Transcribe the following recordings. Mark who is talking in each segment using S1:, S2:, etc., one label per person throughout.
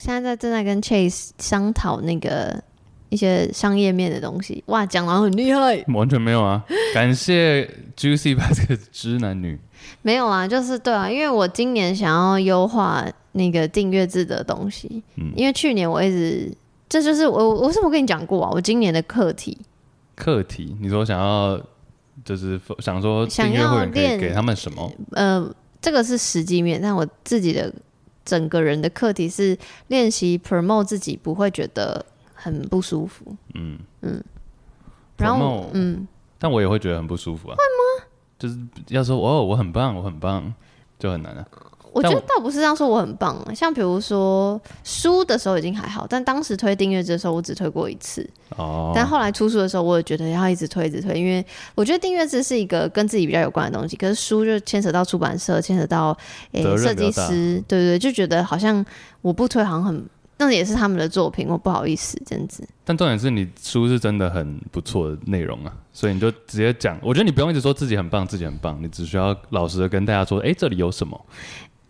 S1: 现在在正在跟 Chase 商讨那个一些商业面的东西。哇，讲的很厉害。
S2: 完全没有啊！感谢 Juicy Basket 知男女，
S1: 没有啊，就是对啊，因为我今年想要优化那个订阅制的东西，
S2: 嗯
S1: 因为去年我一直，这就是我我我是我跟你讲过啊，我今年的课题，
S2: 课题，你说想要就是想说
S1: 想
S2: 订阅
S1: 要
S2: 会员可以
S1: 练
S2: 给他们什么？
S1: 呃，这个是实际面，但我自己的整个人的课题是练习 promote 自己，不会觉得很不舒服。
S2: 嗯
S1: 然后我
S2: Promote
S1: 嗯，
S2: 但我也会觉得很不舒服啊。会吗？就是要说哦，我很棒，我很棒，就很难啊了、
S1: 我觉
S2: 但我
S1: 得倒不是这样说，我很棒啊。像比如说书的时候已经还好，但当时推订阅制的时候，我只推过一次。
S2: 哦，
S1: 但后来出书的时候，我也觉得要一直推，一直推，因为我觉得订阅制是一个跟自己比较有关的东西，可是书就牵扯到出版社，牵扯到诶
S2: 责任
S1: 设
S2: 比较
S1: 计
S2: 大
S1: 师，对对，对就觉得好像我不推好像很，那也是他们的作品，我不好意思这样子。
S2: 但重点是你书是真的很不错的内容啊，所以你就直接讲。我觉得你不用一直说自己很棒，自己很棒，你只需要老实的跟大家说，哎、这里有什么？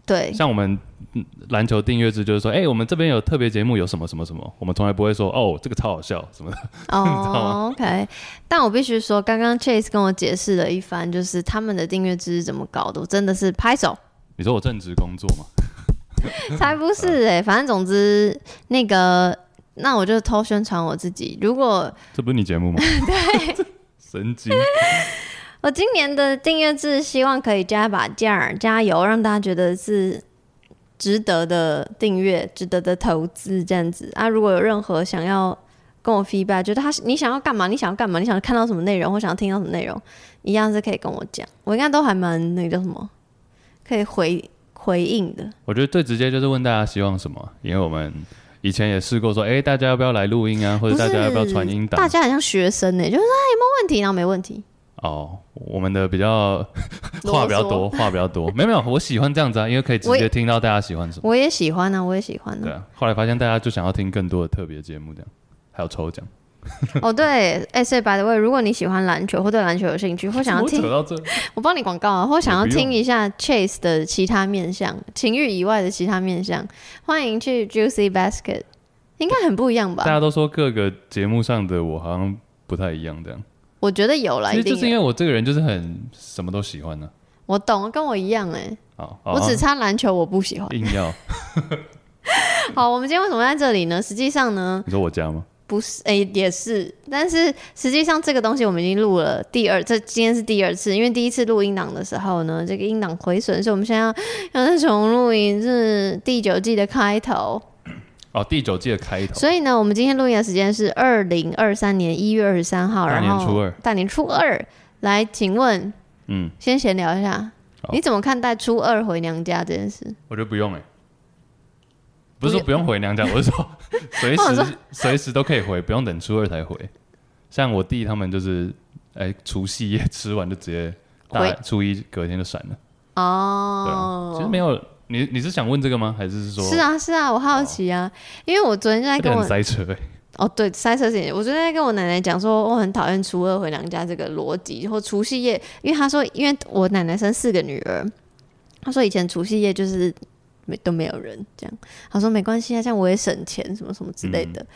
S1: 对，
S2: 像我们嗯篮球订阅制就是说，哎、我们这边有特别节目，有什么什么什么，我们从来不会说哦，这个超好笑什么的。
S1: 哦、o k 但我必须说，刚刚 Chase 跟我解释了一番，就是他们的订阅制是怎么搞的，我真的是拍手。
S2: 你说我正职工作嘛？
S1: 才不是哎、反正总之那个， 那我就偷宣传我自己。如果
S2: 这不是你节目吗？对， 神经。
S1: 我呃今年的订阅制，希望可以加把劲儿，加油，让大家觉得是值得的订阅，值得的投资这样子啊。如果有任何想要跟我 feedback，觉得他你想要干嘛，你想要干嘛，你想看到什么内容或想要听到什么内容，一样是可以跟我讲。我应该都还蛮那个叫什么，可以回回应的。
S2: 我觉得最直接就是问大家希望什么，因为我们以前也试过说，哎、大家要不要来录音啊，或者大家要不要传音档？
S1: 大家很像学生呢、就是啊有没有问题，然后没问题。
S2: 哦，我们的比较话比较多，话比较多。没有没有，我喜欢这样子啊，因为可以直
S1: 我也
S2: 接听到大家喜欢什么。
S1: 我也喜欢啊，我也喜欢
S2: 对
S1: 啊。
S2: 啊，后来发现大家就想要听更多的特别节目，这样还有抽奖。
S1: 哦，对，哎，所以 by the way，如果你喜欢篮球或对篮球有兴趣， 或想要
S2: 怎
S1: 听
S2: 么扯到这，
S1: 我帮你广告啊，或想要
S2: 也不用
S1: 听一下 Chase 的其他面向，情欲以外的其他面向，欢迎去 Juicy Basket，应该很不一样吧？
S2: 大家都说各个节目上的我好像不太一样，这样。
S1: 我觉得有啦，一
S2: 其实就
S1: 定
S2: 是因
S1: 有
S2: 为我这个人就是很什么都喜欢呢、
S1: 我懂，跟我一样哎、
S2: 啊。哦，
S1: 我
S2: 哦
S1: 只差篮球我不喜欢。
S2: 硬要哦
S1: 好，我们今天为什么在这里呢？实际上呢，
S2: 你说我家吗？
S1: 不是，哎、也是，但是实际上这个东西我们已经录了第二，这今天是第二次，因为第一次录音档的时候呢，这个音档毁损，所以我们现在要要再重录一次第九季的开头。
S2: 哦，第九季的开头，
S1: 所以呢，我们今天录音的时间是二零二三年一月二十三号，
S2: 大
S1: 然
S2: 年
S1: 后
S2: 初二
S1: 大年初二。来，请问
S2: 嗯，
S1: 先闲聊一下，
S2: 好
S1: 你怎么看待初二回娘家这件事？
S2: 我觉得不用哎、不是说不用回娘家，我是说 随
S1: 我想
S2: 时随时都可以回，不用等初二才回。像我弟他们就是，哎、除夕夜吃完就直接大
S1: 回
S2: 初一隔天就闪了，对啊，其实
S1: 哦，
S2: 没有。你你是想问这个吗？还是说
S1: 是啊是啊，我好奇啊，因为我昨天就在
S2: 这个
S1: 跟我
S2: 很塞车、欸？
S1: 哦，对，塞车事情，我昨天在跟我奶奶讲说，我很讨厌初二回娘家这个逻辑，或除夕夜，因为她说，因为我奶奶生四个女儿，她说以前除夕夜就是没都没有人这样，她说没关系啊，这样我也省钱什么什么之类
S2: 嗯
S1: 的。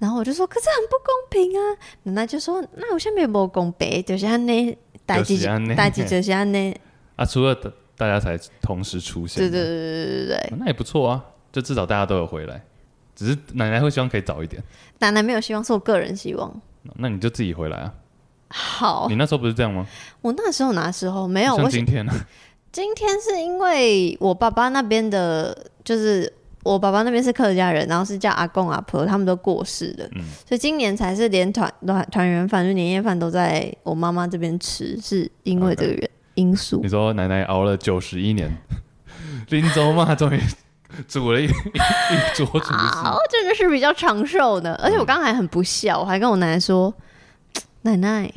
S1: 然后我就说，可是很不公平啊！奶奶就说，那我下面没公平，就是安呢，代
S2: 就
S1: 志
S2: 是这样呢
S1: 代志就是安呢，
S2: 啊，初二大大家才同时出现
S1: 对
S2: 的，
S1: 对对对对对
S2: 哦，那也不错啊，就至少大家都有回来。只是奶奶会希望可以早一点，
S1: 奶奶没有希望，是我个人希望。
S2: 那你就自己回来啊。
S1: 好
S2: 你，那时候不是这样吗？
S1: 我那时候哪时候哦没有？
S2: 嗯像
S1: 我
S2: 今天啊，
S1: 今天是因为我爸爸那边的，就是我爸爸那边是客家人，然后是叫阿公阿婆，他们都过世了，
S2: 嗯
S1: 所以今年才是连团团团圆饭，就年夜饭都在我妈妈这边吃，是因为这个原因素
S2: 你。说奶奶熬了九十一年， 临走嘛，终于煮了一一一桌厨
S1: 啊，
S2: 师。
S1: 我真的是比较长寿的，而且我刚才很不孝，我还跟我奶奶说，奶奶，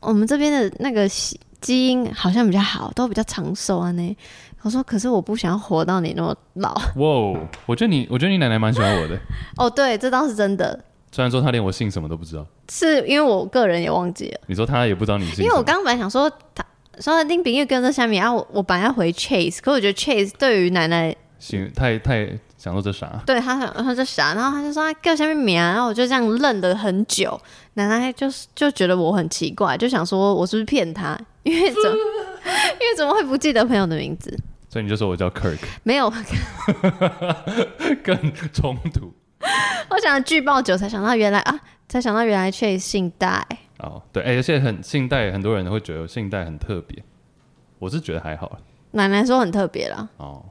S1: 我们这边的那个基基因好像比较好，都比较长寿啊呢。我说，可是我不想要活到你那么老。
S2: 哇哦，我觉得你，我觉得你奶奶蛮喜欢我的，
S1: 哦，对，这倒是真的。
S2: 虽然说她连我姓什么都不知道。
S1: 是因为我个人也忘记了，
S2: 你说她也不知道你姓什么，
S1: 因为我刚刚本来想说他。说丁炳又跟在下面啊，我我本来要回 Chase，可我觉得 Chase 对于奶奶
S2: 行，太太想说这啥？
S1: 对他很，他就傻，然后他就说他叫下面名，然后我就这样愣了很久。奶奶就是就觉得我很奇怪，就想说我是不是骗他，因为怎么 因为怎么会不记得朋友的名字？
S2: 所以你就说我叫 Kirk，
S1: 没有，
S2: 更冲突。
S1: 我想剧爆久才想到原来啊，才想到原来确姓戴。
S2: 哦，对，哎、而且很信贷，很多人会觉得信贷很特别，我是觉得还好。
S1: 奶奶说很特别啦。
S2: 哦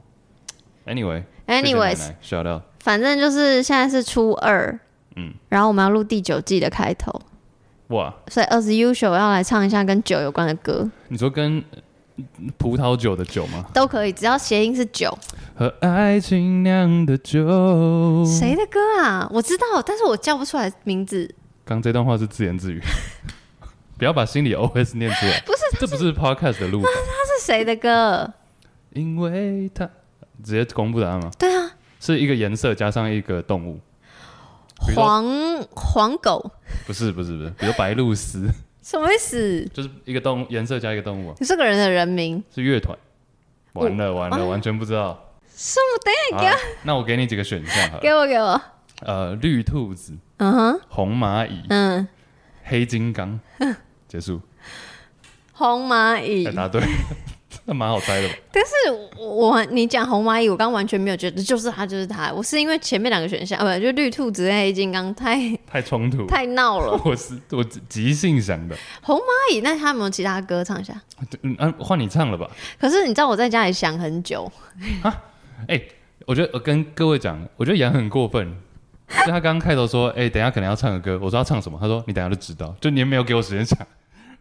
S2: ，Anyway，
S1: Anyways，
S2: s h o u t out，
S1: 反正就是现在是初二，
S2: 嗯
S1: 嗯，然后我们要录第九季的开头，
S2: 哇，
S1: 所以 as usual 要来唱一下跟酒有关的歌，
S2: 你说跟嗯葡萄酒的酒吗？
S1: 都可以，只要谐音是酒。
S2: 和爱情酿的酒。
S1: 谁的歌啊？我知道，但是我叫不出来名字。
S2: 刚这段话是自言自语， 不要把心里 OS 念出来。
S1: 不是，
S2: 这不是 podcast 的路吧？
S1: 是谁的歌？
S2: 因为它直接公布答案吗？
S1: 对啊，
S2: 是一个颜色加上一个动物，比如说
S1: 黄黄狗，
S2: 不是不是不是，比如白鹭鸶，
S1: 什么意思？
S2: 就是一个动物颜色加一个动物啊、
S1: 你这个人的人名，
S2: 是乐团。完了完了，完全不知道。
S1: 哦啊什么？等一
S2: 好那我给你几个选项
S1: 下，
S2: 好了，
S1: 给我，给我。
S2: 呃，绿兔子、
S1: 嗯哼，
S2: 红蚂蚁、
S1: 嗯，
S2: 黑金刚，结束。
S1: 红蚂蚁
S2: 哎，。答对， 这蛮好猜的吧？
S1: 但是我我你讲红蚂蚁，我刚完全没有觉得就是它就是它，我是因为前面两个选项，啊不就绿兔子跟黑金刚太
S2: 太冲突了，
S1: 太闹了。
S2: 我是我即兴想的。
S1: 红蚂蚁，那他有没有其他歌唱一下？
S2: 嗯，啊换你唱了吧？
S1: 可是你知道我在家里想很久，
S2: 我觉得我跟各位讲，我觉得杨很过分。就他刚开头说：“哎、等一下可能要唱个歌。”我说：“要唱什么？”他说：“你等一下就知道。”就你也没有给我时间想，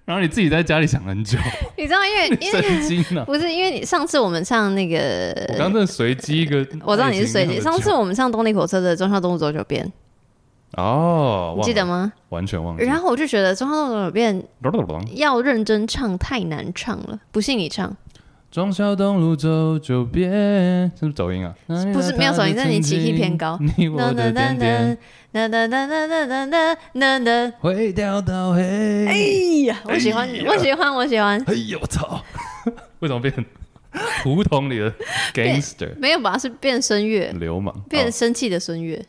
S2: 然后你自己在家里想很久，
S1: 你知道，因为 因为
S2: 神经啊！
S1: 不是因为你上次我们唱那个，
S2: 我刚真的随机一个，
S1: 我知道你是随机，上次我们唱动力火车的《中孝东路走九遍》，
S2: 哦，
S1: 你记得
S2: 吗？
S1: 吗？
S2: 完全忘记。
S1: 然后我就觉得《中孝东路走九遍
S2: 后，》
S1: 要认真唱太难唱了，不信你唱，
S2: 忠孝东路走九遍，是不是走音啊？
S1: 不是没有走音但你起
S2: 气
S1: 气偏高。
S2: 你我的点点
S1: 哒哒哒哒哒哒哒哒哒，
S2: 会掉到
S1: 哎
S2: 黑。
S1: 呀，我喜欢
S2: 哎，呀
S1: 我喜欢，我喜欢，
S2: 哎呦我操！为什么变胡同里的 gangster
S1: 没有吧？是变声乐，
S2: 流氓？
S1: 变
S2: 哦
S1: 生气的孙悦。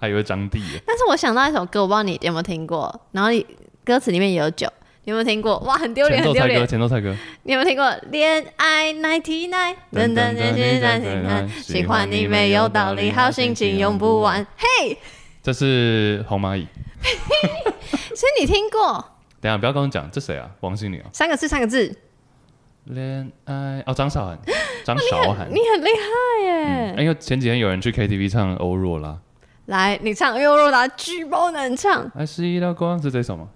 S2: 还以为张帝耶，
S1: 但是我想到一首歌，我不知道你有没有听过，然后你歌词里面也有酒，你有没有听过？哇，很丢脸，
S2: 前
S1: 很
S2: 奏
S1: 丢
S2: 菜歌，
S1: 脸！
S2: 前奏菜歌，
S1: 你有没有听过《恋爱 ninety nine》？噔噔噔噔噔噔，喜欢你没有道理，好心情用不完。
S2: 这是红蚂蚁。
S1: 所以你听过
S2: 等一下不要跟我讲，这谁啊？王心凌啊？
S1: 三个字，三个字，
S2: 恋爱哦，张韶涵，张韶涵
S1: 你。很厉害
S2: 嗯
S1: 耶！
S2: 因为前几天有人去 KTV 唱欧若拉，
S1: 来，你唱《优若达》，巨爆能唱，
S2: 爱是一道光，是这首吗？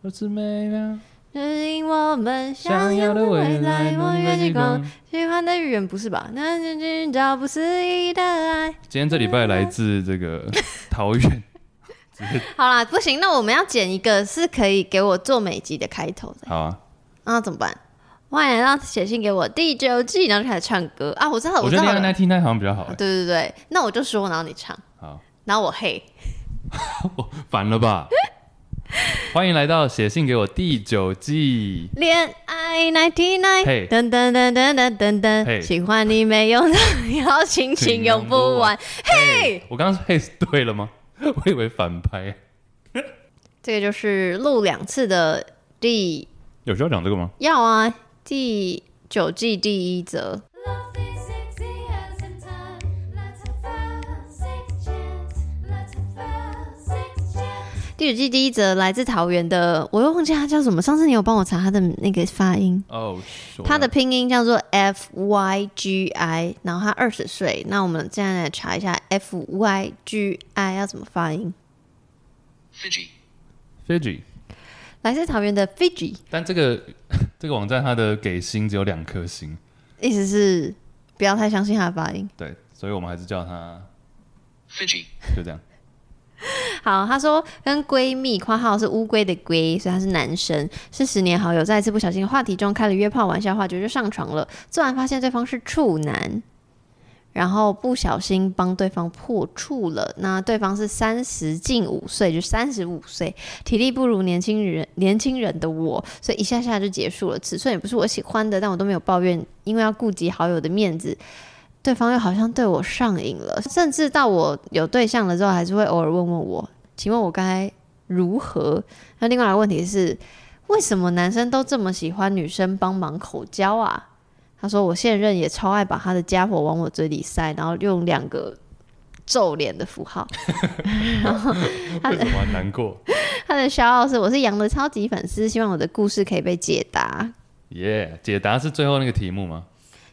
S2: 我只美妙
S1: 指引我们
S2: 想
S1: 想
S2: 要
S1: 要
S2: 的
S1: 的
S2: 未
S1: 未
S2: 来，
S1: 来，
S2: 梦
S1: 望
S2: 月
S1: 月
S2: 极
S1: 极光
S2: 光。。
S1: 喜欢的语言不是吧？那是寻找不思议的爱。
S2: 今天这礼拜来自 这个桃园，直接
S1: 好啦，不行，那我们要剪一个是可以给我做每集的开头的，
S2: 好啊。
S1: 那怎么办？欢迎让写信给我第九季，然后就开始唱歌啊！我知道，
S2: 我
S1: 知
S2: 觉得
S1: 道
S2: 恋爱
S1: 了。
S2: 那听那好像比较好
S1: 对。对对，那我就说，然后你唱，
S2: 好，
S1: 然后我嘿，
S2: 烦了吧？欢迎来到写信给我第九季。
S1: 恋爱 ninety nine，
S2: 嘿
S1: 噔噔噔噔噔噔
S2: 嘿
S1: 噔，喜欢你没有道理，好心情用不完。
S2: 嘿，我刚刚嘿是对了吗？ 我以为反拍。
S1: 这个就是录两次的第
S2: 有需要讲这个吗？
S1: 要啊第九季第一则，
S3: Love is sexy as in time. Let's have a six chance. Let's have a six chance.
S1: 第九季第一则来自桃园的，我又忘记他叫什么。上次你有帮我查他的那个发音，
S2: 哦，说
S1: 他的拼音叫做 F Y G I，然后他二十岁。那我们现在来查一下 F Y G I 要怎么发音。
S4: Fiji,
S2: Fiji，
S1: 来自桃园的 Fiji，
S2: 但这个 这个网站它的给星只有两颗星，
S1: 意思是不要太相信他的发音。
S2: 对，所以我们还是叫它
S4: Fiji,
S2: 就这 样。
S1: 好，他说跟闺蜜（括号是乌龟的龟），所以他是男生，是十年好友，在一次不小心的话题中开了约炮玩笑话，就就上床了。做完发现对方是处男，然后不小心帮对方破处了。那对方是三十近五岁，就三十五岁，体力不如年轻人年轻人的我，所以一下下就结束了。尺寸也不是我喜欢的，但我都没有抱怨，因为要顾及好友的面子。对方又好像对我上瘾了，甚至到我有对象了之后，还是会偶尔问问我，请问我该如何？那另外一个问题是，为什么男生都这么喜欢女生帮忙口交啊？他说我现任也超爱把他的家伙往我嘴里塞，然后用两个皱脸的符号。
S2: 为什么很难过？
S1: 他的骄傲是我是杨的超级粉丝，希望我的故事可以被解答。
S2: 耶、解答是最后那个题目吗？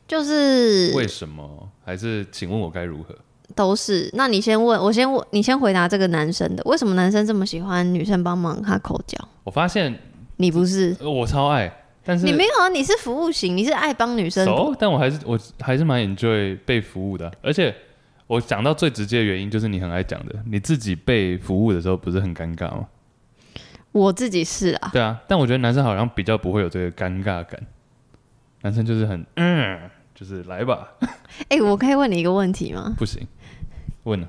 S1: 就是
S2: 为什么？还是请问我该如何？
S1: 都是。那你先问我先问你先回答这个男生的，为什么男生这么喜欢女生帮忙他口交？
S2: 我发现
S1: 你不是，
S2: 呃我超爱，但是
S1: 你没有啊？你是服务型，你是爱帮女生。
S2: 熟，但我还是我还是蛮 enjoy 被服务的啊、而且我讲到最直接的原因就是你很爱讲的，你自己被服务的时候不是很尴尬吗？
S1: 我自己是啊，
S2: 对啊，但我觉得男生好像比较不会有这个尴尬感，男生就是很嗯，就是来吧，
S1: 哎、我可以问你一个问题吗？
S2: 不行，问了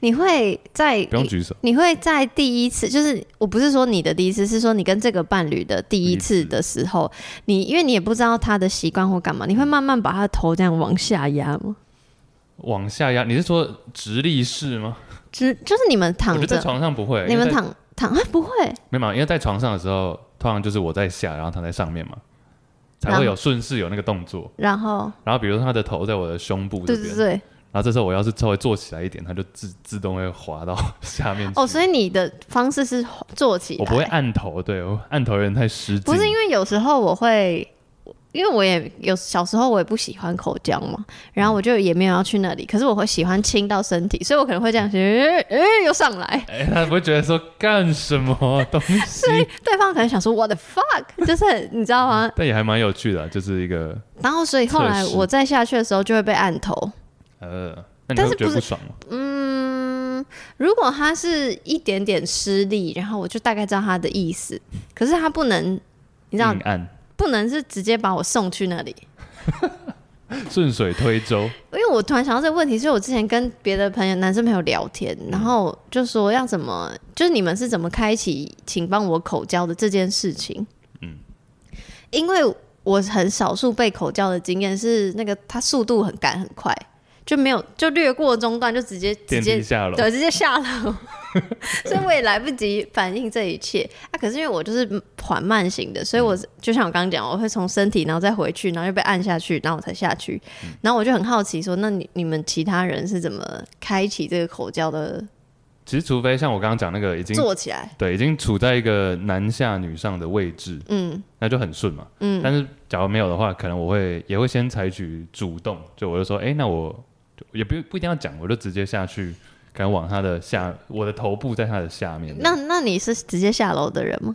S1: 你会在
S2: 不用举手，
S1: 你会在第一次，就是我不是说你的第一次，是说你跟这个伴侣的第一次的时候，你因为你也不知道他的习惯或干嘛，你
S2: 嗯
S1: 会慢慢把他的头这样往下压吗？
S2: 往下压，你是说直立式吗？
S1: 只就是你们
S2: 我
S1: 躺
S2: 觉得在
S1: 着，
S2: 床上不会，
S1: 你
S2: 因为
S1: 们
S2: 在
S1: 躺躺啊，不会，
S2: 没有嘛，因为在床上的时候，通常就是我在下，然后躺在上面嘛，才
S1: 然后
S2: 会有顺势有那个动作。
S1: 然后
S2: 然后比如说他的头在我的胸部这
S1: 对
S2: 边，
S1: 对对，
S2: 然后这时候我要是稍微坐起来一点，它就自自动会滑到下面去。
S1: 哦，所以你的方式是坐起来，
S2: 我不会按头，对我按头有点太失敬。
S1: 不是因为有时候我会，因为我也有小时候我也不喜欢口交嘛，然后我就也没有要去那里，可是我会喜欢亲到身体，所以我可能会这样，诶、诶、又上来，
S2: 哎、他不会觉得说干什么东西，
S1: 对方可能想说 what the fuck，就是 你知道吗？
S2: 但也还蛮有趣的啊、就是一个
S1: 然后所以后来
S2: 测试
S1: 我再下去的时候就会被按头。
S2: 呃，那你
S1: 但是
S2: 会觉
S1: 不是
S2: 得不爽吗？
S1: 嗯，如果他是一点点失力，然后我就大概知道他的意思，可是他不能，你知道
S2: 硬，按
S1: 不能是直接把我送去那里，
S2: 顺水推舟，
S1: 因为我突然想到这个问题，是我之前跟别的朋友、男生朋友聊天，然后就说要怎么，就是你们是怎么开启“请帮我口交”的这件事情。嗯，因为我很少数被口交的经验是，那个他速度很赶很快，就没有就略过中段，就直接直
S2: 电
S1: 接
S2: 梯下楼，
S1: 对，直接下楼， 所以我也来不及反应这一切啊。可是因为我就是缓慢型的，所以我就像我刚刚讲，我会从身体，然后再回去，然后又被按下去，然后我才下去。然后我就很好奇说，那你你们其他人是怎么开启这个口交的？
S2: 其实除非像我刚刚讲那个已经
S1: 坐起来，
S2: 对已经处在一个男下女上的位置，
S1: 嗯，
S2: 那就很顺嘛。嗯，但是假如没有的话，可能我会也会先采取主动，就我就说，哎、那我就也不不一定要讲，我就直接下去，可能往他的下，我的头部在他的下面。
S1: 那那你是直接下楼的人吗？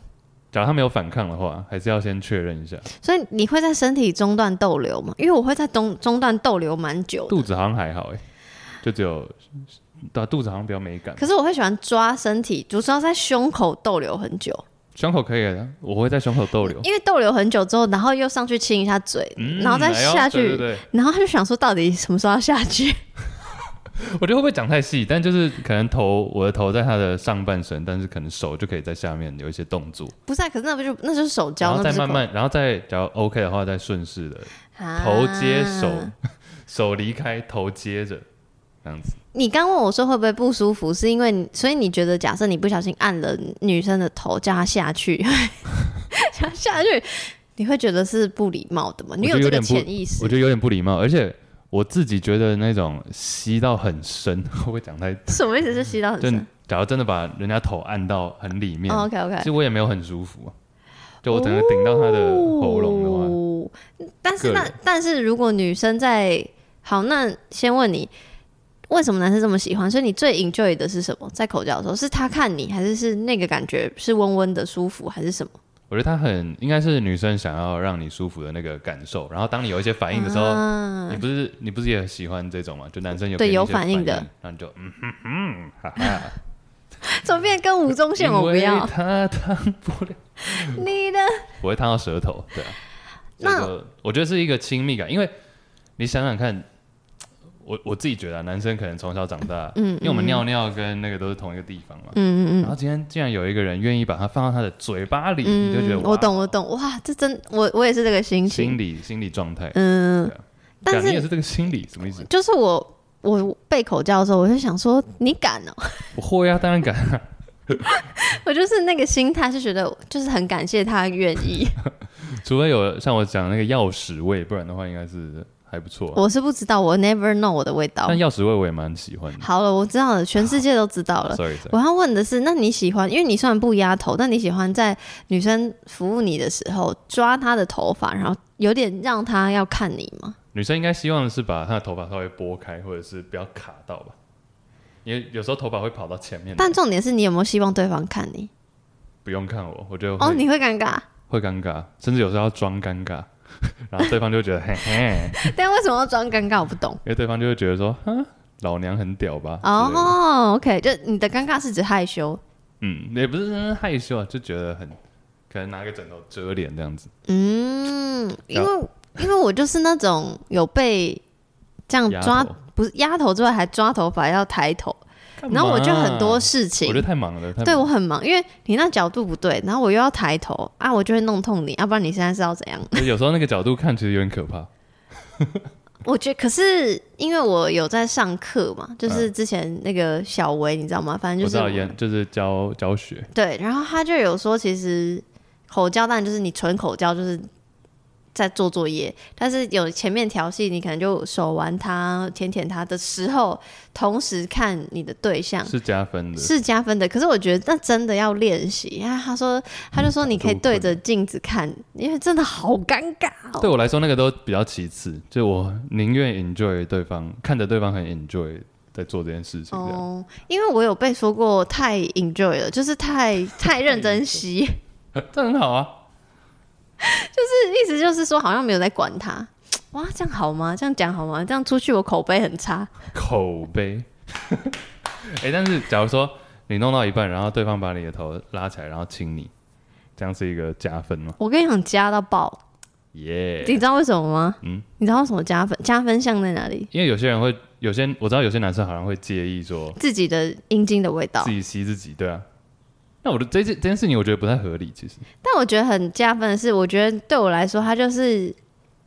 S2: 假如他没有反抗的话，还是要先确认一下。
S1: 所以你会在身体中段逗留吗？因为我会在中中段逗留蛮久的
S2: 肚子好像还好、哎，就只有对、啊、肚子好像比较美感，
S1: 可是我会喜欢抓身体，主要在胸口逗留很久。
S2: 胸口可以的，我会在胸口逗留。
S1: 因为逗留很久之后，然后又上去亲一下嘴，
S2: 哦嗯
S1: 然后再
S2: 哎呦
S1: 下去，
S2: 对对对，
S1: 然后他就想说到底什么时候要下去？
S2: 我觉得会不会讲太细？但就是可能头，我的头在他的上半身，但是可能手就可以在下面有一些动作，
S1: 不是、啊，可是那不就那就是手
S2: 然
S1: 交，
S2: 后
S1: 那不
S2: 再
S1: 是
S2: 慢慢，然后再假如 OK 的话，再顺势的
S1: 口、啊
S2: 头接手， 手离开，头接着，这样子。
S1: 你刚问我说会不会不舒服，是因为你所以你觉得假设你不小心按了女生的头，叫她下去， 叫她下去，你会觉得是不礼貌的吗？你
S2: 我
S1: 这
S2: 觉得有
S1: 个
S2: 点不
S1: 潜意识
S2: 我觉得有点不礼貌，而且我自己觉得那种吸到很深， 会不会讲太？
S1: 什么意思？是吸到很
S2: 就
S1: 深。哦
S2: 假如真的把人家头按到很里面，
S1: OK OK，
S2: 其实我也没有很舒服啊、就我整个顶到他的喉咙的话，
S1: 哦但是
S2: 个
S1: 那
S2: 人
S1: 但是如果女生在好，那先问你，为什么男生这么喜欢？所以你最 enjoy 的是什么？在口交的时候，是他看你，还是是那个感觉是温温的舒服，还是什么？
S2: 我觉得他很应该是女生想要让你舒服的那个感受，然后当你有一些反应的时候，
S1: 啊
S2: 你不是你不是也喜欢这种吗？就男生有
S1: 对
S2: 给你一
S1: 有
S2: 些
S1: 反
S2: 反
S1: 应的
S2: 然后你就嗯哼哼，哈哈。
S1: 怎么变跟吴宗宪？我不
S2: 因为
S1: 要
S2: 他烫不了，
S1: 你的
S2: 我会烫到舌头，对啊。
S1: 那
S2: 那我觉得是一个亲密感，因为你想想看，我我自己觉得、啊、男生可能从小长大，嗯，因为我们尿尿跟那个都是同一个地方嘛，嗯嗯嗯，然后今天竟然有一个人愿意把它放到他的嘴巴里，你就觉得
S1: 嗯我
S2: 哇
S1: 懂我懂，哇，这真我我也是这个心情
S2: 心。理心理状态，
S1: 嗯
S2: 对啊，
S1: 但
S2: 干
S1: 是
S2: 你也是这个心理，什么意思？
S1: 就是我我被口叫的时候，我就想说你敢哦、
S2: 我会啊，当然敢啊。
S1: 我就是那个心态是觉得就是很感谢他愿意，
S2: 除非有像我讲那个钥匙味，不然的话应该是还不错啊、
S1: 我是不知道我 never know 我的味道
S2: 但。钥匙味我也蛮喜欢的。
S1: 好了，我知道了，全世界都知道了。
S2: Sorry，, sorry
S1: 我要问的是，那你喜欢，因为你虽然不压头，但你喜欢在女生服务你的时候抓她的头发，然后有点让她要看你吗？
S2: 女生应该希望是把她的头发稍微拨开，或者是不要卡到吧，因为有时候头发会跑到前面来。
S1: 但重点是你有没有希望对方看你？
S2: 不用看我，我就会
S1: 哦，你会尴尬，
S2: 会尴尬，甚至有时候要装尴尬， 然后对方就会觉得 嘿嘿，
S1: 但为什么要装尴尬？我不懂。
S2: 因为对方就会觉得说，哈，老娘很屌吧？之类的
S1: 哦、o k 就你的尴尬是指害羞，
S2: 嗯，也不是真的害羞啊，就觉得很可能拿个枕头遮脸这样子。
S1: 嗯，因
S2: 然
S1: 为因为我就是那种有被这样
S2: 压
S1: 抓
S2: 头，啊
S1: 不是压头之外还抓头发要抬头，然后我就很多事
S2: 我觉
S1: 情，
S2: 得太忙了，太忙了
S1: 对我很忙，因为你那角度不对，然后我又要抬头啊，我就会弄痛你，要、不然你现在是要怎样？
S2: 就有时候那个角度看其实有点可怕。
S1: 我觉得可是因为我有在上课嘛，就是之前那个小维你知道吗？反正
S2: 嗯我
S1: 就
S2: 知
S1: 是
S2: 道演就是教教学，
S1: 对，然后他就有说，其实口交当然就是你纯口交，就是在做作业，但是有前面调戏，你可能就手玩他、舔舔他的时候，同时看你的对象。
S2: 是加分的，
S1: 啊是加分的，可是我觉得那真的要练习啊！他说，他就说你可以对着镜子看，因为真的好尴尬哦。
S2: 对我来说那个都比较其次，就我宁愿 enjoy 对方，看着对方很 enjoy 在做这件事情 这样。
S1: 哦，因为我有被说过太 enjoy 了，就是 太太认真吸，
S2: 这很好啊，
S1: 意思就是说好像没有在管他。哇，这样好吗？这样讲好吗？这样出去我口碑很差。
S2: 口碑。 哎、但是假如说你弄到一半，然后对方把你的头拉起来，然后亲你，这样是一个加分吗？
S1: 我跟你讲，加到爆，
S2: 耶、
S1: 你知道为什么吗？
S2: 嗯
S1: 你知道为什么加分？加分项在哪里？
S2: 因为有些人会，有些我知道有些男生好像会介意说
S1: 自己的阴茎的味道
S2: 自。己吸自己，对啊。那我的这件这件事情，我觉得不太合理，其实。
S1: 但我觉得很加分的是，我觉得对我来说，它就是，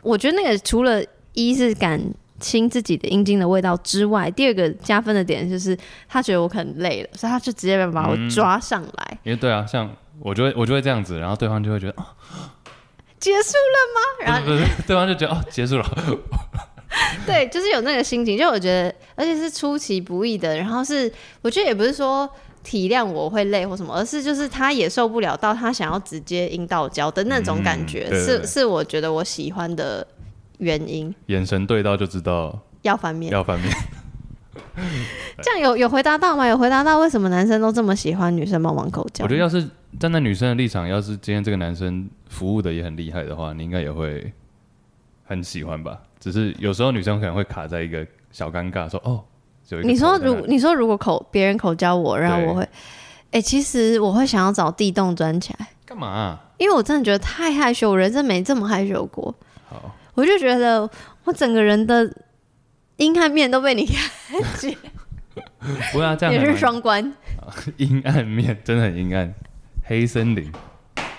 S1: 我觉得那个除了一是敢亲自己的阴茎的味道之外，第二个加分的点就是他觉得我很累了，所以他就直接把我抓上来。
S2: 因为对啊，像我就会我就会这样子，然后对方就会觉得，哦、
S1: 结束了吗？然
S2: 不
S1: 后
S2: 是不是，对方就觉得哦结束了，
S1: 对，就是有那个心情，就我觉得，而且是出其不意的。然后是，我觉得也不是说体谅我会累或什么，而是就是他也受不了到他想要直接阴道交的那种感觉，
S2: 嗯对对
S1: 是
S2: 对
S1: 是我觉得我喜欢的原因。
S2: 眼神对到就知道
S1: 要反面，
S2: 要翻面。
S1: 这样有有回答到吗？有回答到为什么男生都这么喜欢女生帮忙口交？
S2: 我觉得要是站在女生的立场，要是今天这个男生服务的也很厉害的话，你应该也会很喜欢吧？只是有时候女生可能会卡在一个小尴尬，说哦，有一个
S1: 你说
S2: 头在那
S1: 如
S2: 里
S1: 你说如果口别人口交我，然后
S2: 对
S1: 我会，哎、其实我会想要找地洞钻起来，
S2: 干嘛啊、
S1: 因为我真的觉得太害羞，我人生没这么害羞过。
S2: 好，
S1: 我就觉得我整个人的阴暗面都被你看见，
S2: 不会啊，这样
S1: 也
S2: 还
S1: 是
S2: 蛮
S1: 双关。
S2: 阴暗面，真的很阴暗，黑森林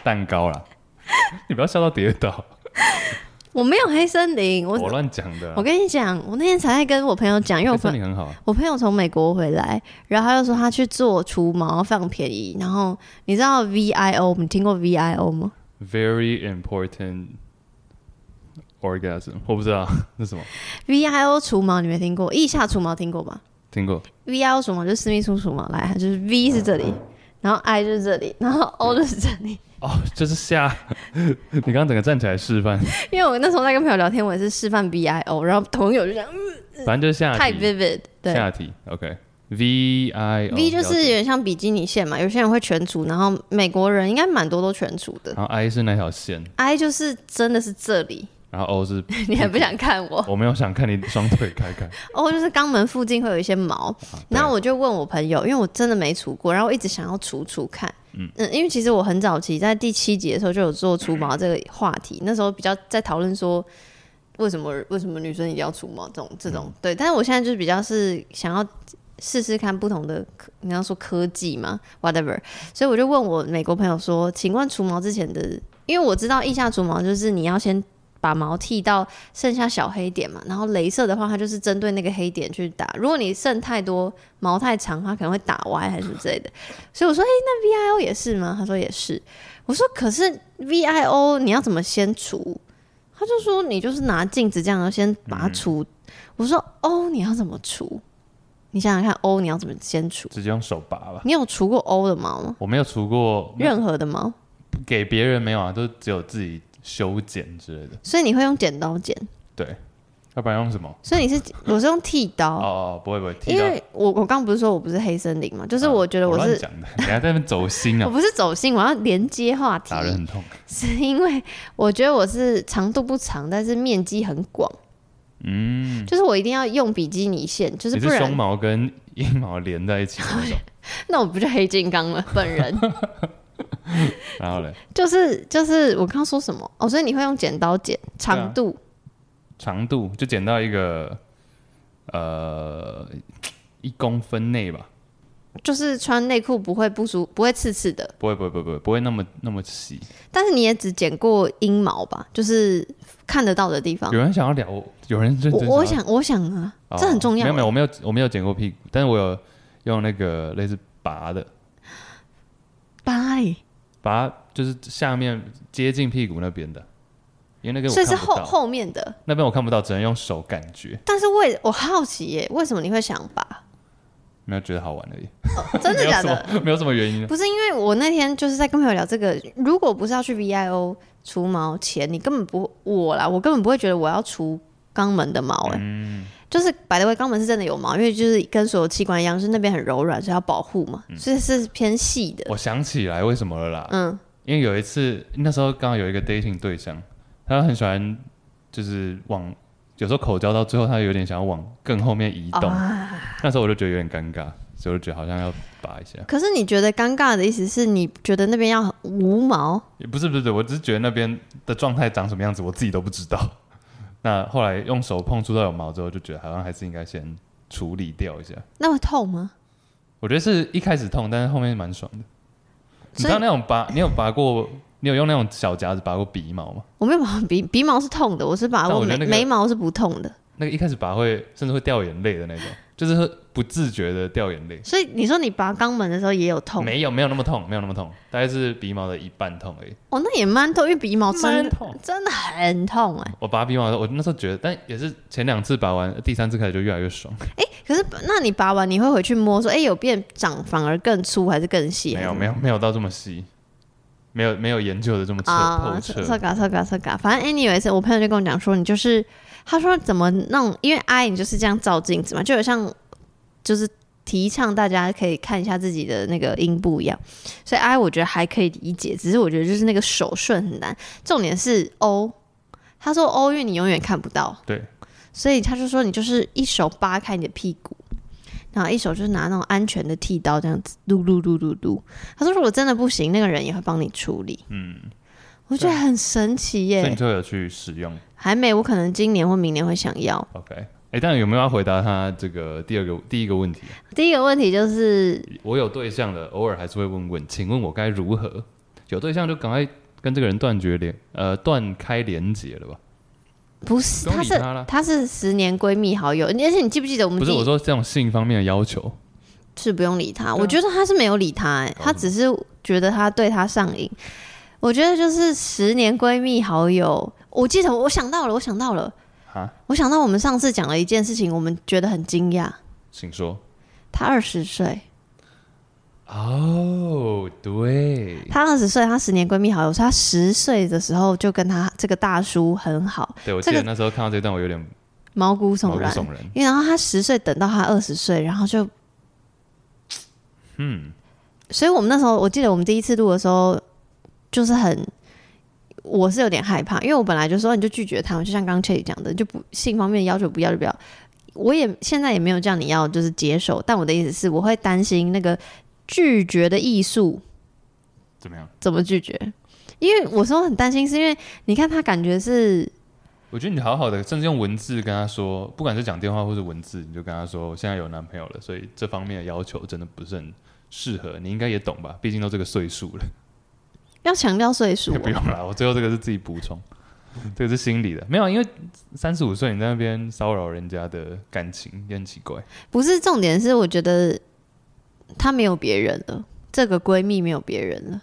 S2: 蛋糕啦， 你不要笑到跌倒，
S1: 我没有黑森林，
S2: 我
S1: 我
S2: 乱讲的啊、
S1: 我跟你讲，我那天才在跟我朋友讲，因为我
S2: 黑
S1: 朋
S2: 森林很好啊，
S1: 我朋友从美国回来，然后他就说他去做除毛，非常便宜。然后你知道 VIO，你听过 VIO 吗？
S2: very important orgasm，我不知道啊 那什么，
S1: VIO 除毛你没听过，腋下除毛听过吧
S2: 听过
S1: ？VIO 除毛就是私密处除毛，来，它就是 V 是
S2: 嗯
S1: 这里，然后 I 就是这里，然后 O 就是这里。
S2: 哦，就是下， 你刚刚整个站起来示范，
S1: 因为我那时候在跟朋友聊天，我也是示范 VIO，然后朋友就讲嗯
S2: 反正就是下
S1: 太
S2: 体，
S1: vivid，对
S2: 下体，OK。V I O
S1: V 就
S2: 了
S1: 是有
S2: 解
S1: 点像比基尼线嘛，有些人会全除，然后美国人应该蛮多都全除的。
S2: 然后 I 是那条线，
S1: I 就是真的是这里，
S2: 然后 O 是
S1: 你还不想看我？
S2: 我没有想看你双腿开开，
S1: 哦，就是肛门附近会有一些毛，
S2: 对
S1: 然后我就问我朋友，因为我真的没除过，然后我一直想要除除看。嗯因为其实我很早期在第七集的时候就有做除毛这个话题，那时候比较在讨论说为什么为什么女生一定要除毛这种这种、对，但是我现在就是比较是想要试试看不同的科，你要说科技嘛，whatever，所以我就问我美国朋友说，请问除毛之前的，因为我知道腋下除毛就是你要先把毛剃到剩下小黑点嘛，然后镭射的话，它就是针对那个黑点去打。如果你剩太多毛太长，它可能会打歪还是什么之类的。所以我说，哎、那 VIO 也是吗？他说也是。我说可是 VIO 你要怎么先除？他就说你就是拿镜子这样先把它除。我说 O 你要怎么除？你想想看，O 你要怎么先除？
S2: 直接用手拔吧。
S1: 你有除过 O 的毛吗？
S2: 我没有除过，
S1: 任何的毛，
S2: 给别人没有啊，都只有自己修剪之类的。
S1: 所以你会用剪刀剪，
S2: 对，要不然用什么？
S1: 所以你是我是用剃
S2: 啊哦
S1: 刀，
S2: 哦，不会不会，剃
S1: 因
S2: 刀。
S1: 为我我刚不是说我不是黑森林嘛，就是
S2: 啊
S1: 我觉得我
S2: 乱
S1: 是、
S2: 讲的，你还在那边走心
S1: 我
S2: 啊，
S1: 不是走心，我要连接话题
S2: 打，人很痛。
S1: 是 因为我觉得我是长度不长，但是面积很广，嗯，就是我一定要用比基尼线，就是
S2: 你
S1: 不
S2: 是胸
S1: 然
S2: 毛跟阴毛连在一起的那种，
S1: 那我不就黑金刚 了？本人
S2: 然后嘞，
S1: 就是就是我刚刚说什么哦，所以你会用剪刀剪
S2: 对
S1: 长
S2: 啊
S1: 度，
S2: 长度就剪到一个呃一公分内吧，啊
S1: 就是穿内裤不会不舒不会刺刺的，
S2: 不会不会不会不会不会那么那么细。
S1: 但是你也只剪过阴毛吧，就是看得到的地方
S2: 有。人想要聊，有人认真
S1: 哦我
S2: 要
S1: 我想我想啊，
S2: 哦
S1: 这很重要
S2: 没有没有，我没有我没有剪过屁股，但是我有用那个类似拔的，
S1: 巴黎，
S2: 拔就是下面接近屁股那边的，因为那个我
S1: 所以是
S2: 看不
S1: 后
S2: 到，
S1: 后面的。
S2: 那边我看不到，只能用手感觉，
S1: 但是为我好奇耶，为什么你会想拔？
S2: 没有觉得好玩而已，
S1: 真的
S2: 没有
S1: 假
S2: 什
S1: 的？
S2: 么没有什么原因啊。
S1: 不是因为我那天就是在跟朋友聊这个，如果不是要去 VIO 除毛前，你根本不我啦，我根本不会觉得我要除肛门的毛哎、就是百的位肛门是真的有毛，因为就是跟所有器官一样，是那边很柔软，所以要保护嘛，所以是偏细的。
S2: 我想起来为什么了啦，
S1: 嗯，
S2: 因为有一次那时候刚好有一个 dating 对象，他很喜欢就是往有时候口交到最后，他有点想要往更后面移动，
S1: 啊
S2: 那时候我就觉得有点尴尬，所以我就觉得好像要拔一下。
S1: 可是你觉得尴尬的意思是你觉得那边要很无毛，
S2: 也不是不是，我只是觉得那边的状态长什么样子，我自己都不知道。 那后来用手碰触到有毛之后，就觉得好像还是应该先处理掉一下。
S1: 那会痛吗？
S2: 我觉得是一开始痛，但是后面蛮爽的。你
S1: 所
S2: 知
S1: 以
S2: 道那种拔，你有拔过，你有用那种小夹子拔过鼻毛吗？
S1: 我没有拔鼻鼻毛是痛的，我是把
S2: 但
S1: 我
S2: 我觉
S1: 眉
S2: 得那个
S1: 眉毛是不痛的。
S2: 那个一开始拔会甚至会掉眼泪的那种，就是会不自觉的掉眼泪。
S1: 所以你说你拔肛门的时候也有痛，
S2: 没有没有那么痛，没有那么痛，大概是鼻毛的一半痛而已。
S1: 哦，那也蛮痛，因为鼻毛真
S2: 蛮
S1: 的
S2: 痛
S1: 真的很痛哎、
S2: 我拔鼻毛的时候，我那时候觉得，但也是前两次拔完，第三次开始就越来越爽。
S1: 可是那你拔完你会回去摸说，哎、有变长反而更粗还是更细？
S2: 没有没
S1: 有
S2: 有没有到这么细，没有没有研究的这么彻
S1: 啊
S2: 透，
S1: 是
S2: 彻
S1: 是。嘎是嘎是嘎，反正 anyways，我朋友就跟我讲说，你就是他说怎么弄，因为 I 你就是这样照镜子嘛，就有像就是提倡大家可以看一下自己的那个阴部一样，所以 I 我觉得还可以理解，只是我觉得就是那个手顺很难，重点是哦 O，他说 O 因为你永远看不到，
S2: 对，
S1: 所以他就说你就是一手扒开你的屁股。然后一手就是拿那种安全的剃刀这样子撸撸撸撸撸，他说如果真的不行，那个人也会帮你处理。嗯，我觉得很神奇
S2: 所以你
S1: 耶，
S2: 最后有去使用
S1: 还没，我可能今年或明年会想要。
S2: ，OK？哎、但有没有要回答他这个第二个第一个问题？
S1: 第一个问题就是
S2: 我有对象了，偶尔还是会问问，请问我该如何？有对象就赶快跟这个人断绝连呃断开连结了吧？
S1: 不是，
S2: 不用
S1: 她
S2: 理
S1: 是
S2: 她啦
S1: 她是十年闺蜜好友，而且你记不记得我们
S2: 不是
S1: 第一
S2: 我说这种性方面的要求，
S1: 是不用理他，我觉得他是没有理他、欸，他只是觉得他对他上瘾。我觉得就是十年闺蜜好友，我记得我想到了，我想到了
S2: 哈，
S1: 我想到我们上次讲了一件事情，我们觉得很惊讶，
S2: 请说。
S1: 他二十岁，
S2: 哦，对，
S1: 她二十岁，她十年闺蜜好友，是她十岁的时候就跟她这个大叔很好，
S2: 对我
S1: 这
S2: 记
S1: 个
S2: 得那时候看到这段，我有点
S1: 毛骨
S2: 毛
S1: 悚
S2: 骨
S1: 然。
S2: 悚然。
S1: 因为然后她十岁等到她二十岁，然后就，嗯，所以我们那时候我记得我们第一次录的时候，就是很，我是有点害怕，因为我本来就说你就拒绝他嘛，就像刚刚 Chase 讲的，就不性方面的要求不要就不要。我也现在也没有叫你要就是接受，但我的意思是我会担心那个拒绝的艺术
S2: 怎么样？
S1: 怎么拒绝，因为我说很担心，是因为你看他感觉是
S2: 我觉得你好好的，甚至用文字跟他说，不管是讲电话或是文字，你就跟他说，我现在有男朋友了，所以这方面的要求真的不是很适合。你应该也懂吧？毕竟都这个岁数了，
S1: 要强调岁数、
S2: 不
S1: 哦，
S2: 用啦。我最后这个是自己补充，这个是心理的，没有，因为三十五岁你在那边骚扰人家的感情也很奇怪。
S1: 不是重点是，我觉得她没有别人了，这个闺蜜没有别人了，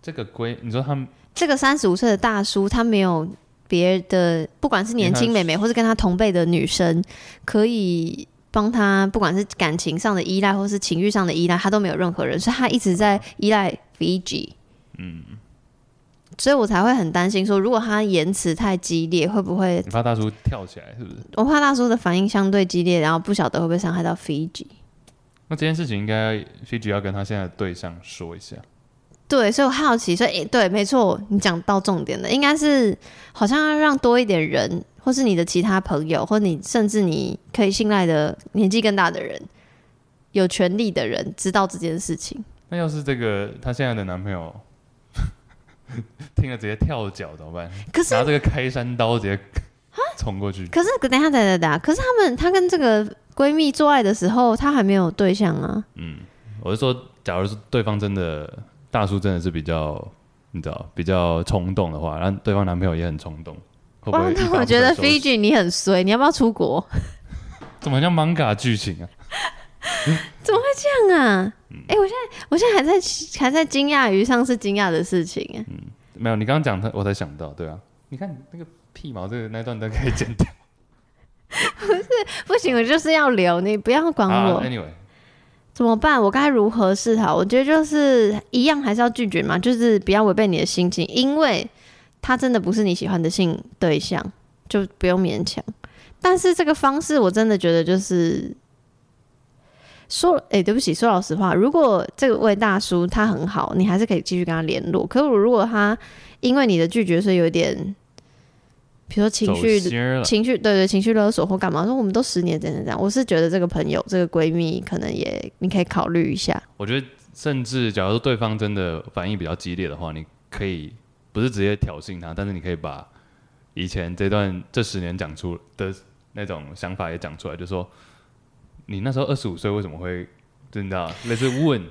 S2: 这个归你说他们
S1: 这个三十五岁的大叔他没有别的，不管是年轻妹妹或是跟她同辈的女生，可以帮她，不管是感情上的依赖或是情欲上的依赖，她都没有任何人，所以她一直在依赖 VG。嗯。所以我才会很担心说如果她言辞太激烈，会不会
S2: 你怕大叔跳起来是不是？
S1: 我怕大叔的反应相对激烈，然后不晓得会不会伤害到 Fiji。
S2: 那这件事情应该 Fiji 要跟他现在的对象说一下。
S1: 对，所以我好奇，所以、诶对，没错，你讲到重点了，应该是好像要让多一点人，或是你的其他朋友，或你甚至你可以信赖的年纪更大的人，有权利的人知道这件事情。
S2: 那要是这个她现在的男朋友 听了直接跳脚怎么办？
S1: 可是
S2: 拿这个开山刀直接冲过去，
S1: 可是等一下，等一下，等一下，可是他们她跟这个闺蜜做爱的时候，她还没有对象啊。
S2: 我是说，假如是对方真的大叔真的是比较你知道比较冲动的话，然后对方男朋友也很冲动，会不
S1: 哇
S2: 会，一
S1: 那
S2: 发
S1: 我
S2: 不
S1: 觉
S2: 可
S1: 得
S2: 收拾
S1: Fiji 你很衰，你要不要出国？
S2: 怎么很像 manga 剧情啊？
S1: 这样啊？
S2: 嗯
S1: 哎、我现在我现在还在还在惊讶于上次惊讶的事情、啊诶
S2: 嗯没有，你刚刚讲他，我才想到，对啊，你看那个屁毛这个那段都可以剪掉。
S1: 不行，我就是要留，你不要管我。
S2: 啊、anyway，
S1: 怎么办？我该如何是好？我觉得就是一样，还是要拒绝嘛，就是不要违背你的心情，因为他真的不是你喜欢的性对象，就不用勉强。但是这个方式，我真的觉得就是说，哎、对不起，说老实话，如果这位大叔他很好，你还是可以继续跟他联络。可我如果他因为你的拒绝，所以有点，比如说情
S2: 走
S1: 绪
S2: 心儿 了，
S1: 情绪对对情绪勒索或干嘛，说我们都十年这样这样，我是觉得这个朋友这个闺蜜可能也你可以考虑一下，
S2: 我觉得甚至假如说对方真的反应比较激烈的话，你可以不是直接挑衅他，但是你可以把以前这段这十年讲出的那种想法也讲出来，就说你那时候二十五岁为什么会，就你知道，类似问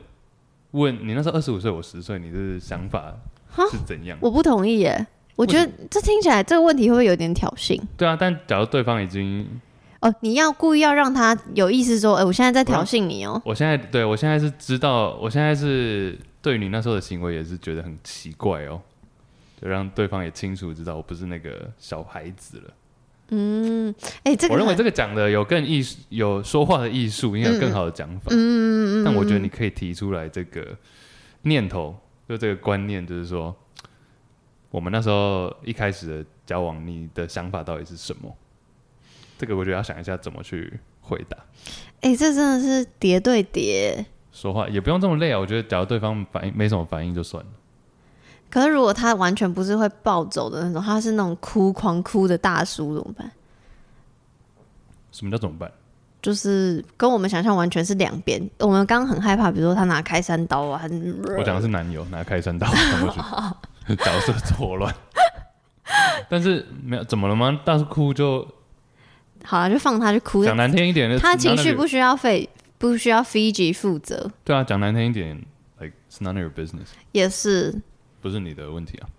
S2: 问你那时候二十五岁，我十岁，你的想法是怎样？
S1: 我不同意耶，我觉得这听起来这个问题会不会有点挑衅？
S2: 对啊，但假如对方已经
S1: 哦，你要故意要让他有意思说，哎、我现在在挑衅你哦、
S2: 我现在对我现在是知道，我现在是对你那时候的行为也是觉得很奇怪哦，就让对方也清楚知道我不是那个小孩子了。
S1: 哎、这个
S2: 我认为
S1: 很
S2: 这个讲的有更艺术，有说话的艺术，应该有更好的讲法。
S1: 嗯嗯嗯嗯，
S2: 但我觉得你可以提出来这个念头，就这个观念，就是说，我们那时候一开始的交往，你的想法到底是什么？这个我觉得要想一下怎么去回答。
S1: 哎、这真的是叠对叠。
S2: 说话也不用这么累啊，我觉得假如对方反应没什么反应就算了。
S1: 可是如果他完全不是会暴走的那种，他是那种哭狂哭的大叔怎么办？
S2: 什么叫怎么办？
S1: 就是跟我们想象完全是两边。我们刚刚很害怕，比如说他拿开山刀啊，他
S2: 我讲的是男友拿开山刀冲过 去，角色错乱。但是没有怎么了吗？大叔哭就
S1: 好啊了，就放他去哭。
S2: 讲难听一点，
S1: 他
S2: it's none
S1: 情
S2: of
S1: 绪
S2: your-
S1: 不需要费，不需要 Fiji 负责，
S2: 对啊，讲难听一点，like it's none of your business，
S1: 也是
S2: 不是你的问题啊。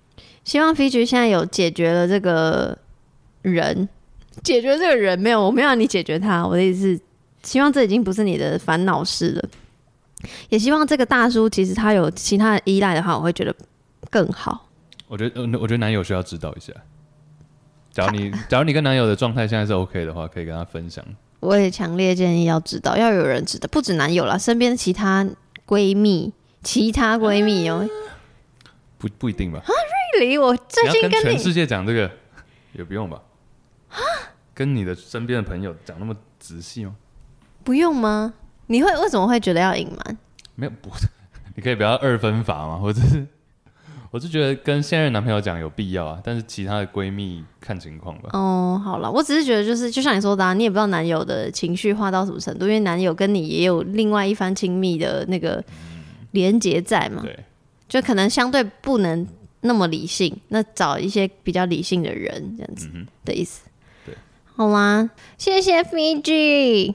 S1: 希望 Fiji 现在有解决了这个人，解决这个人没有，我没有让你解决他，我的意思是，希望这已经不是你的烦恼事了。也希望这个大叔，其实他有其他的依赖的话，我会觉得更好。
S2: 我觉得，呃我觉得男友需要知道一下。假如你， 假如你跟男友的状态现在是 OK 的话，可以跟他分享。
S1: 我也强烈建议要知道，要有人知道，不止男友啦，身边的其他闺蜜、其他闺蜜
S2: 啊
S1: 哦、
S2: 不不一定吧？
S1: 瑞里，我啊最
S2: 你要
S1: 近
S2: 跟
S1: 跟
S2: 全
S1: 你啊
S2: 世界讲这个，也不用吧？跟你的身边的朋友讲那么仔细吗？
S1: 不用吗？你会为什么会觉得要隐瞒？
S2: 没有不，你可以不要二分法吗？我 只是，我是觉得跟现任男朋友讲有必要啊，但是其他的闺蜜看情况吧。
S1: 哦，好了，我只是觉得就是，就像你说的、啊，你也不知道男友的情绪化到什么程度，因为男友跟你也有另外一番亲密的那个连结在嘛，
S2: 嗯对，
S1: 就可能相对不能那么理性，那找一些比较理
S2: 嗯
S1: 性的人这样子的意思。
S2: 对，
S1: 好啦，谢谢 Fiji。